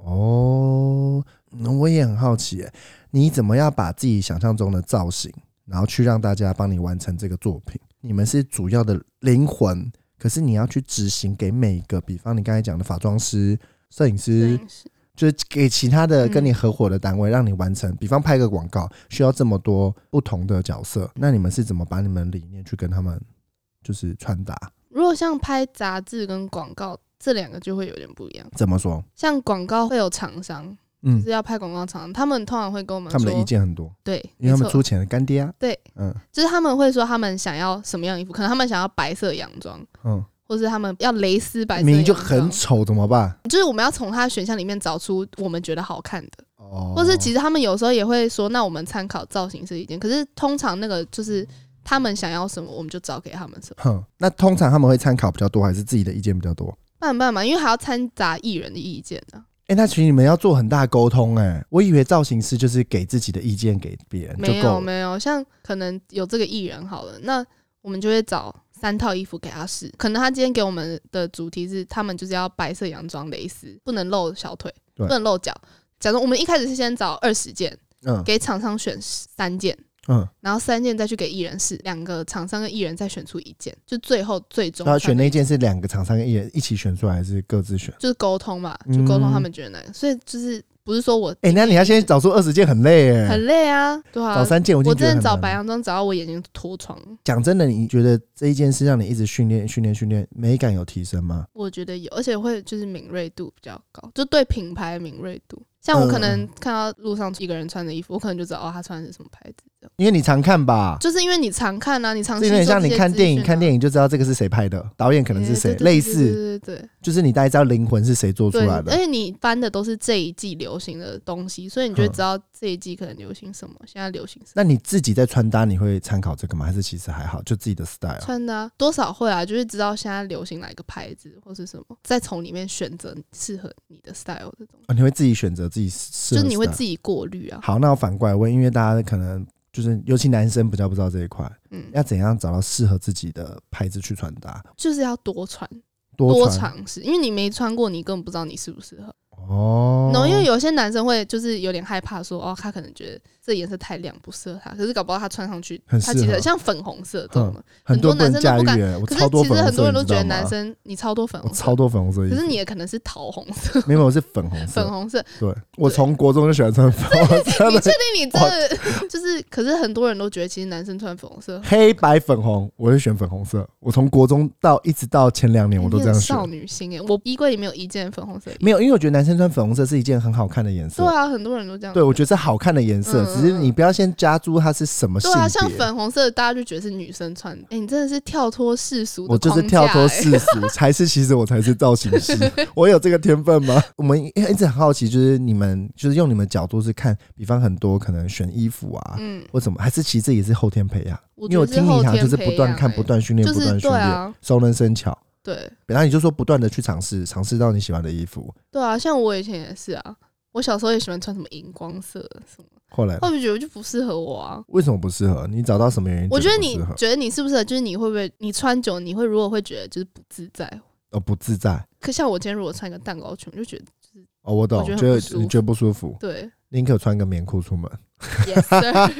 哦，那我也很好奇耶，你怎么样把自己想象中的造型，然后去让大家帮你完成这个作品？你们是主要的灵魂，可是你要去执行给每一个，比方你刚才讲的化妆师、摄影摄师，影师就是给其他的嗯跟你合伙的单位，让你完成。比方拍个广告，需要这么多不同的角色，那你们是怎么把你们理念去跟他们就是传达？如果像拍杂志跟广告这两个就会有点不一样，怎么说？像广告会有厂商，就嗯是，要拍广告厂商，他们通常会跟我们他说，们的意见很多，对，因为他们没错出钱的干爹啊。对，嗯就是他们会说他们想要什么样的衣服，可能他们想要白色洋装，嗯，或是他们要蕾丝白色洋装，明明就很丑，怎么办？就是我们要从他的选项里面找出我们觉得好看的，哦，或是其实他们有时候也会说，那我们参考造型师意见。可是通常那个嗯就是他们想要什么，我们就找给他们什么，哼，那通常他们会参考比较多，还是自己的意见比较多？慢慢嘛，因为还要掺杂艺人的意见啊呢、哎、那其实你们要做很大的沟通哎、我以为造型师就是给自己的意见给别人就没有够了，没有，像可能有这个艺人好了，那我们就会找三套衣服给他试。可能他今天给我们的主题是，他们就是要白色洋装、蕾丝，不能露小腿，对不能露脚。假如我们一开始是先找二十件，嗯给厂商选三件，嗯，然后三件再去给艺人试，两个厂商跟艺人再选出一件，就最后最终然后选算那件是两个厂商跟艺人一起选出来，还是各自选？就是沟通嘛，嗯就沟通他们觉得哪个，所以就是不是说我哎、那你要先找出二十件很累哎、很累啊，对找啊，三件我已我经觉得真很的找难白了。洋装找到我眼睛脱床，讲真的，你觉得这一件事让你一直训练、训练、训练，美感有提升吗？我觉得有，而且会就是敏锐度比较高，就对品牌的敏锐度。像我可嗯能看到路上一个人穿的衣服，我可能就知道哦，他穿的是什么牌子，这样因为你常看吧，就是因为你常看啊，你常这有点像你看电影，看影电影就知道这个是谁拍的，导演可能是谁，类似。啊哎对对对对就是你大概知道灵魂是谁做出对，哎来而的。且你翻的都是这一季流行的东西，所以你就会嗯知道这一季可能流行什么，现在流行什么。那你自己在穿搭，你会参考这个吗？还是其实还好，就自己的 style？穿的、啊、多少会啊，就是知道现在流行哪一个牌子或是什么，再从里面选择适合你的 style 这种，哦、你会自己选择自己适就合 style，是你会自己过滤啊。好。那我反过来问，因为大家可能就是尤其男生比较不知道这一块，嗯，要怎样找到适合自己的牌子去穿搭？就是要多穿多多穿尝试，因为你没穿过，你根本不知道你适不适合。哦。然后因为有些男生会就是有点害怕说，哦，他可能觉得这颜色太亮不适合他，可是搞不好他穿上去，很他适其实合像粉红色这种的，很多不很多能男生驾都不敢驭欸，我可超是多其粉实红很色，多人你都知觉道得吗男生你超多粉我红色超，多粉红色衣可服，是你也可能是桃红 色、没有我是粉红粉色，红色。对我从国中就喜欢穿粉红色的，你确定你真的 就是？可是很多人都觉得，其实男生穿粉红色，黑白粉红，我就选粉红色。我从国中到一直到前两年，我都你这很样选少。女心哎、我衣柜里面有一件粉红色的衣服。没有，因为我觉得男生穿粉红色是一件很好看的颜色对。啊，很多人都这样。嗯对，我觉得是好看的颜色，嗯只是你不要先加注它是什么性对啊，像别。粉红色，大家就觉得是女生穿的。哎、你真的是跳脱世俗我的就框是架、跳脱欸世 俗，才是其实我才是造型师，我有这个天分吗？我们一一直很好奇，就是你们就是用你们角度是看，比方很多可能选衣服啊，嗯，或怎么，还是其实这也是后天培养？我因为觉我得是听你后讲天就是不培断养看、欸不断训练、就不断是训对练，啊，熟能生巧。对本来你就说不断的去尝试，尝试到你喜欢的衣服，对啊，像我以前也是啊，我小时候也喜欢穿什么荧光色什么，后来会不会觉得就不适合我啊？为什么不适合？你找到什么原因？我觉得不你适合觉得你适不适合，就是你会不会你穿久，你会如果会觉得就是不自在。哦不自在可像我今天如果穿一个蛋糕裙，我就觉得哦，我懂，我觉觉得得很不舒服你觉得不舒服，对宁可穿个棉裤出门， ，yes sir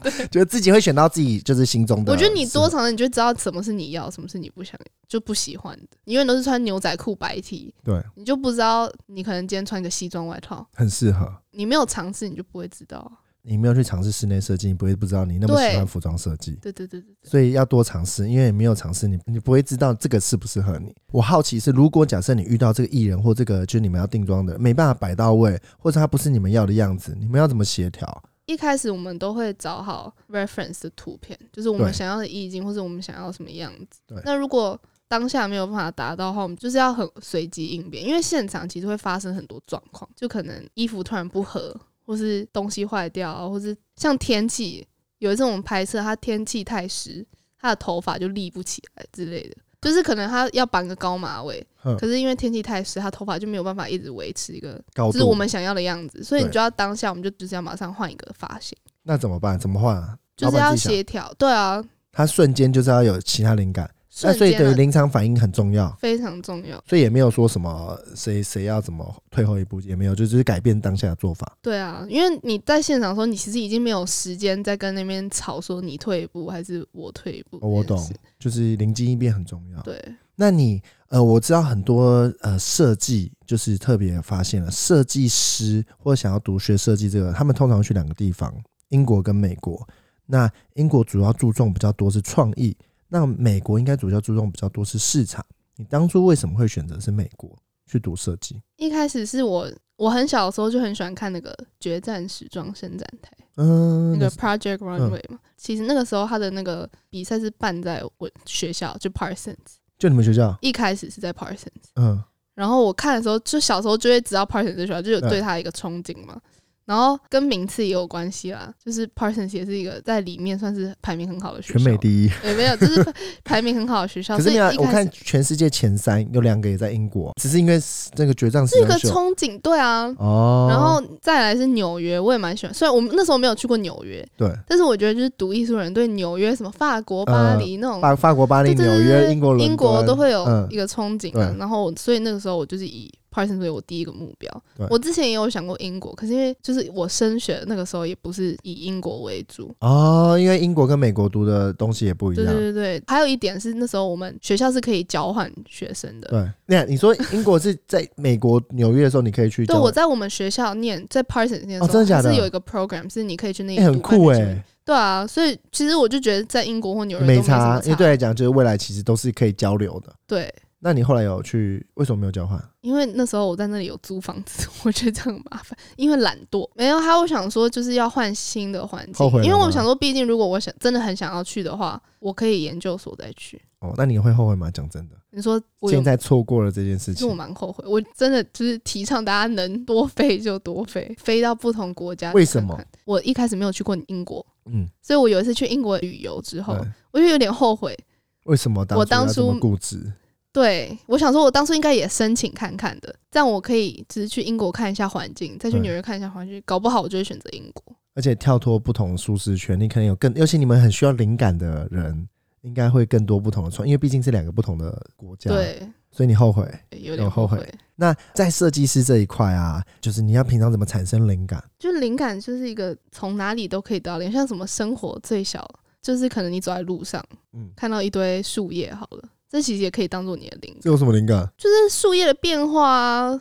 对觉得自己会选到自己就是心中的。我觉得你多长你就知道什么是你要，什么是你不想就不喜欢的。你永远都是穿牛仔裤、白 T，对，你就不知道你可能今天穿个西装外套，很适合。你没有尝试，你就不会知道。啊你没有去尝试室内设计，你不会不知道你那么对喜欢服装设计，对对对对对，所以要多尝试，因为你没有尝试，你你不会知道这个适不适合你。我好奇是，如果假设你遇到这个艺人或这个就是你们要定妆的，没办法摆到位，或者他不是你们要的样子，你们要怎么协调？一开始我们都会找好 reference 的图片，就是我对们想要的意境或者我们想要什么样子对。那如果当下没有办法达到的话，我们就是要很随机应变，因为现场其实会发生很多状况，就可能衣服突然不合，或是东西坏掉，啊或是像天气，有一次我们拍摄，他天气太湿，他的头发就立不起来之类的。就是可能他要绑个高马尾，哼可是因为天气太湿，他头发就没有办法一直维持一个高就是我度们想要的样子，所以你哦对就要当下，我们就就是要马上换一个发型，那怎么办？怎么换、啊？就老是板要自己想协调。对啊，他瞬间就是要有其他灵感，那瞬所以间啊等于的临场反应很重要，非常重要。所以也没有说什么谁谁要怎么退后一步，也没有，就只是改变当下的做法。对啊，因为你在现场的时候，你其实已经没有时间在跟那边吵说你退一步还是我退一步哦这件事、我懂，就是灵机应变很重要。对，那你呃，我知道很多呃设计，就是特别发现了设计师或想要读学设计这个，他们通常去两个地方，英国跟美国。那英国主要注重比较多是创意，那美国应该主要注重比较多是市场。你当初为什么会选择是美国去读设计？一开始是我我很小的时候就很喜欢看那个《决战时装伸展台》嗯，那个是嗯 Project Runway 嘛，其实那个时候他的那个比赛是办在我学校，就 Parsons，就你们学校，一开始是在 Parsons。嗯，然后我看的时候，就小时候就会知道 Parsons 这学校，就有对对他一个憧憬嘛。然后跟名次也有关系啦，就是 Parsons 也是一个在里面算是排名很好的学校，全美第一。也没有，就是排名很好的学校。可是所以你看，我一开看始全世界前三有两个也在英国，只是因为那个决战时是一个装秀憧憬，对啊。哦，然后再来是纽约，我也蛮喜欢。虽然我们那时候没有去过纽约，对但是我觉得就是读艺术人对纽约什么法国、嗯巴黎那种法法国巴黎、对对纽对约、对英国伦敦、英国都会有嗯一个憧憬啊。对然后我，所以那个时候我就是以 Parsons 为我第一个目标对。我之前也有想过英国，可是因为就是我升学那个时候也不是以英国为主。哦，因为英国跟美国读的东西也不一对样。对对对，还有一点是那时候我们学校是可以交换学生的。对，那你说英国是在美国纽约的时候，你可以去对，交我在我们学校念，在 Parsons 念哦的真时候，的假还的是有一个 program 是你可以去那欸里很读半酷年哎、学位对啊，所以其实我就觉得在英国或纽约都没没什么因为对来讲就是未来其实都是可以交流的。对，那你后来有去，为什么没有交换？因为那时候我在那里有租房子， 我觉得这样很麻烦，因为懒惰。没有，还有我想说就是要换新的环境后悔，了因为吗我想说，毕竟如果我想真的很想要去的话，我可以研究所再去。哦，那你会后悔吗？讲真的，你说我有现，在错过了这件事其实我情，蛮后悔，我真的就是提倡大家能多飞就多飞，飞到不同国家去看看。为什么我一开始没有去过英国？嗯，所以我有一次去英国旅游之后，对，我就有点后悔。为什么当我初要当这么初固执？对，我想说，我当初应该也申请看看的，这样我可以只是去英国看一下环境，再去对纽约看一下环境，搞不好我就会选择英国。而且跳脱不同舒适圈，你可能有更，尤其你们很需要灵感的人，应该会更多不同的创，因为毕竟是两个不同的国家，，对，所以你后悔。有啊有点后后悔悔。那在设计师这一块啊，就是你要平常怎么产生灵感？就是灵感就是一个从哪里都可以得到灵感，像什么生活最小，就是可能你走在路上嗯，看到一堆树叶，好了，这其实也可以当做你的灵感，这有什么灵感？就是树叶的变化啊，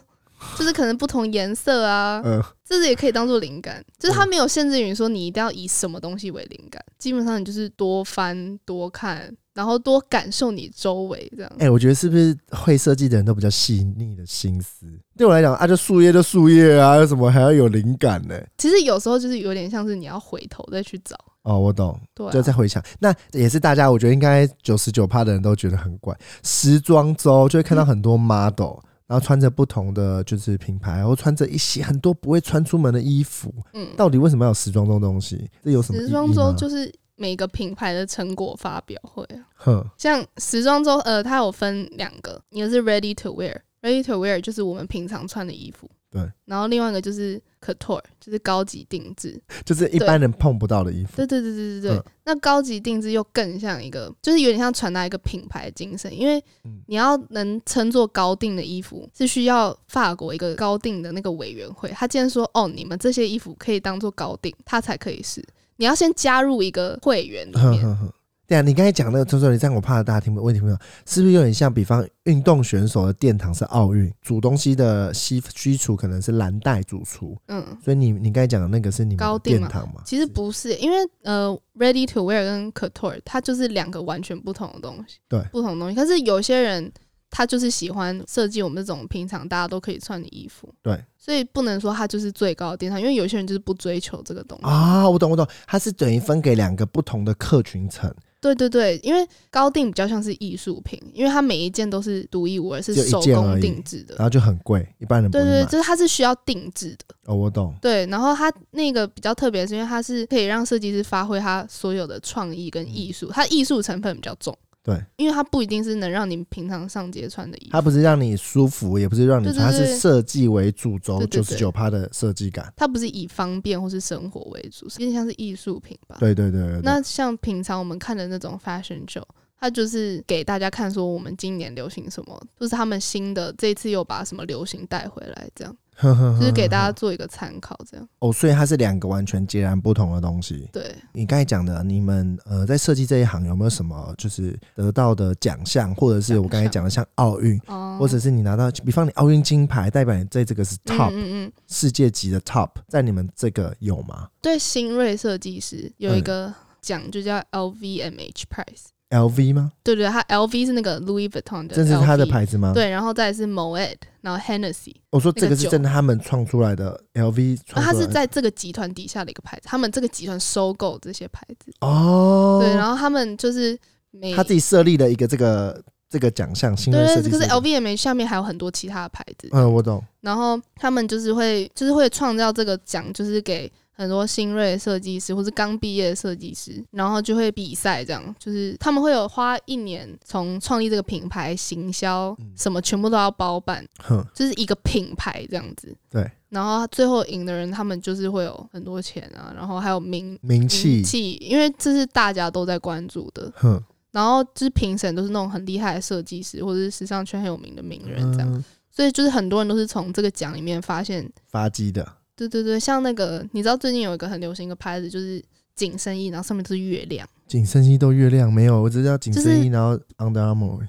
就是可能不同颜色啊，嗯、这是也可以当做灵感，就是它没有限制于说你一定要以什么东西为灵感，基本上你就是多翻多看，然后多感受你周围这样。哎、我觉得是不是会设计的人都比较细腻的心思？对我来讲啊，就树叶就树叶啊，有什么还要有灵感呢？其实有时候就是有点像是你要回头再去找，哦，我懂，对、啊，就再回想，那也是大家我觉得应该九十九趴的人都觉得很怪。时装周就会嗯看到很多 model，、然后穿着不同的就是品牌，然后穿着一些很多不会穿出门的衣服，嗯，到底为什么要有时装这种东西？这有什么意义时吗？装周就是每个品牌的成果发表会啊，哼，像时装周，呃，它有分两个，一个是 ready to wear，ready to wear 就是我们平常穿的衣服，对，然后另外一个就是 couture，就是高级定制，就是一般人碰不到的衣服。对对对对对对，嗯那高级定制又更像一个，就是有点像传达一个品牌精神，因为嗯你要能称作高定的衣服，是需要法国一个高定的那个委员会，他竟然说哦，你们这些衣服可以当做高定，它才可以是。你要先加入一个会员里哼面，哼哼，对啊，你刚才讲那个，就是你这样，我怕大家听不，问题没有，是不是有点像？比方运动选手的殿堂是奥运，煮东西的西西厨可能是蓝带主厨，嗯，所以你你刚才讲的那个是你们高的定殿嘛堂嘛？其实不是，因为呃，ready to wear 跟 couture 它就是两个完全不同的东西，对不同的东西。可是有些人他就是喜欢设计我们这种平常大家都可以穿的衣服，对，所以不能说它就是最高的殿堂，因为有些人就是不追求这个东西。啊，我懂我懂，它是等于分给两个不同的客群层，对对对，因为高定比较像是艺术品，因为它每一件都是独一无二，是就一手件而工已定制的然。后就很贵，一般人不对会对，买对。就是它是需要定制的，哦，我懂，对。然后它那个比较特别，是因为它是可以让设计师发挥他所有的创意跟艺术，它艺术成分比较重。对，因为它不一定是能让你平常上街穿的衣服，它不是让你舒服，也不是让你对，对它对是设计为主轴，对九对十对九趴的设计感。它不是以方便或是生活为主，有点像是艺术品吧。对对对对对，那像平常我们看的那种 fashion show，它就是给大家看说我们今年流行什么，就是他们新的这一次又把什么流行带回来，这样就就是给大家做一个参考，这样哦，所以它是两个完全截然不同的东西。对。你刚才讲的，你们呃在设计这一行有没有什么就是得到的奖项，或者是我刚才讲的像奥运，哦、或者是你拿到，比方你奥运金牌，代表你在这个是 top、嗯嗯嗯，世界级的 top，在你们这个有吗对，新锐设计师有一嗯个奖就叫 LVMH Prize， ？LV 吗？对对，它 LV 是那个 Louis Vuitton 的，这是它的。牌子吗？，对，然后再来是 Moet，然后 Hennessy，我说这那个个是酒真的，他们创出来的 LV 那创它出来是的在这个集团底下的一个牌子，他们这个集团收购这些牌子，哦，对，然后他们就是每他自己设立了一个这个这个奖项，新锐对设对，计可是师 LVMH 下面还有很多其他的牌子，嗯，我懂，然后他们就是会就是会创造这个奖，就是给很多新锐的设计师或是刚毕业的设计师，然后就会比赛这样，就是他们会有花一年从创立这个品牌、行销嗯什么全部都要包办，哼，就是一个品牌这样子。对，然后最后赢的人，他们就是会有很多钱啊，然后还有名名气名，气，因为这是大家都在关注的。哼，然后就是评审都是那种很厉害的设计师，或者是时尚圈很有名的名人这样，嗯所以就是很多人都是从这个奖里面发现，发迹的，对对对，像那个你知道最近有一个很流行一个牌子，就是紧身衣，然后上面都是月 亮，紧身衣都月亮没有，我只知道紧身衣，然后 Under Armour，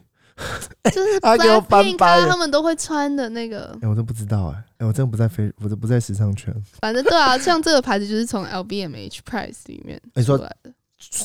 就是他给我翻 Blackpink 白眼啊他们都会穿的那个，哎，我真不知道，哎，哎，我真的不在非，我真不在时尚圈，反正对啊，像这个牌子就是从 LVMH Price 里面你出说来的，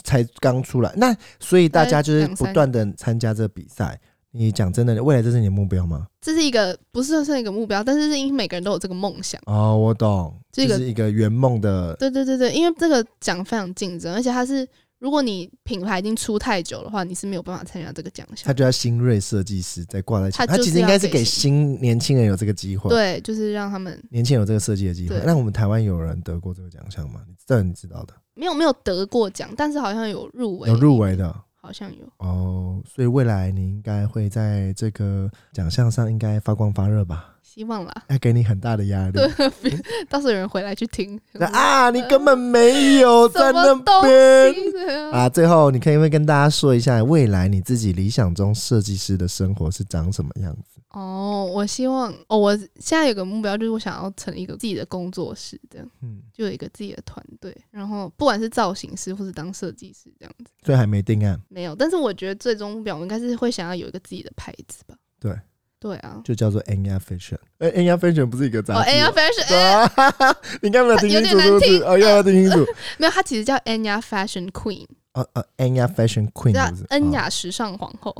才刚出来，那所以大家就是大概两不三断的参加这个比赛。你讲真的，未来这是你的目标吗？这是一个不是算一个目标，但是是因为每个人都有这个梦想。哦，我懂，这个就是一个圆梦的，对对对对，因为这个奖非常竞争，而且它是如果你品牌已经出太久的话，你是没有办法参加这个奖项他。就叫新锐设计师在挂在前面，他他就是其实应该是要给给新年轻人有这个机会，对，就是让他们年轻人有这个设计的机会。对那我们台湾有人得过这个奖项吗？你这你知道的，没有没有得过奖，但是好像有入围，有入围，的好像有。哦，所以未来你应该会在这个奖项上应该发光发热吧？希望啦，要给你很大的压力。到时候有人回来去听。 那啊，你根本没有在呃什那么东边。西的啊啊，最后你可以会跟大家说一下，未来你自己理想中设计师的生活是长什么样子？哦，我希望哦，我现在有个目标，就是我想要成立一个自己的工作室，这样嗯，就有一个自己的团队，然后不管是造型师或是当设计师这样子，所以还没定案，没有。但是我觉得最终目标，我应该是会想要有一个自己的牌子吧。对，对啊，就叫做 Anya Fashion。哎、a n y a Fashion 不是一个哦杂志，Anya 吗。 Fashion，哎、啊 哈哈你该没有听清楚是不有点难是？听哦，要不要听清楚？哎没有，它其实叫 Anya Fashion Queen， 哦哦，Anya Fashion Queen 叫是不是？恩哦雅时尚皇后。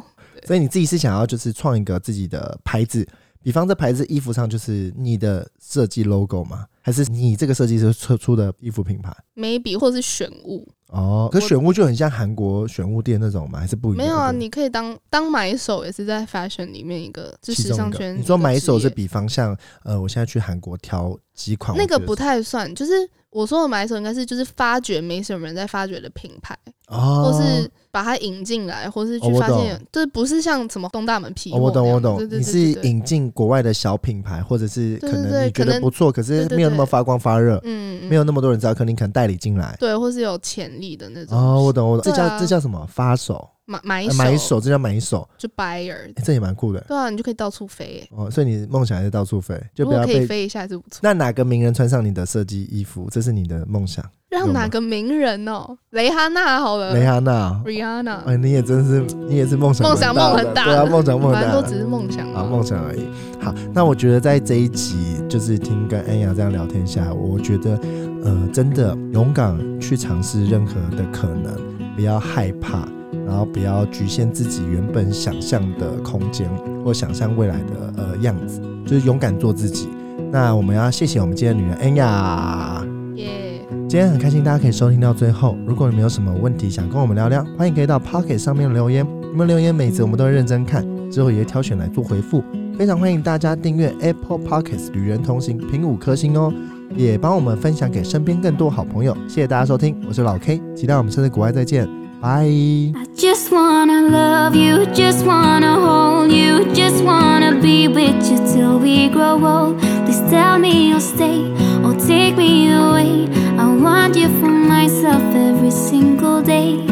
所以你自己是想要就是创一个自己的牌子，比方这牌子衣服上就是你的设计 logo 吗？还是你这个设计师出出的衣服品牌？ maybe 或是选物，哦，可我选物就很像韩国选物店那种吗？还是不一样？没有啊，对不对你可以当当买手也是在 fashion 里面一个，就其时中尚一个圈。你说买手是比方向，呃，我现在去韩国挑几款，那我个觉得不太算，就是我说的买手应该是就是发掘没什么人在发掘的品牌，哦，或是把它引进来，或是哦去我发现有，懂就是不是像什么东大门皮哦，货我那懂样、我懂对，对你对是对对引进国外的小品牌，或者是对可对能对你觉可得能不错，可是对对没有那么对发光发热，嗯嗯没有那么多人知道，可能你可能代理进来。对，或是有潜力的那种哦，我懂我懂，这对叫啊这叫什么？发手，买买呃买手，这叫买手，哎就 buyer，诶这也蛮酷的对啊，你就可以到处飞、欸，哦。所以你梦想还是到处飞，就如不果要可以被。飞一下就不错。那哪个名人穿上你的设计衣服，这是你的梦想？有让吗哪个名人哦，蕾哈娜好了蕾哈娜，呃，Rihanna，哎，你也真是，你也是梦想梦想蛮梦的很大对啊，梦想梦很反正大都，只是梦想啊，嘛。梦想而已。好，那我觉得在这一集就是听跟安雅这样聊天下来，我觉得，呃，真的勇敢去尝试任何的可能，不要害怕，然后不要局限自己原本想象的空间或想象未来的呃样子，就是勇敢做自己。那我们要谢谢我们今天的女人安雅。耶今天很开心，大家可以收听到最后。如果你们有什么问题想跟我们聊聊，欢迎可以到 Pocket 上面留言。你们留言每次我们都会认真看，之后也会挑选来做回复。非常欢迎大家订阅 Apple Pockets 旅人同行，评五颗星哦，也帮我们分享给身边更多好朋友。谢谢大家收听，我是老 K，期待我们下次国外再见，拜。 I just wanna love you, just wanna hold you, just wanna be with you till we grow old. Please tell me you'll stay or take me away. I want you for myself every single day.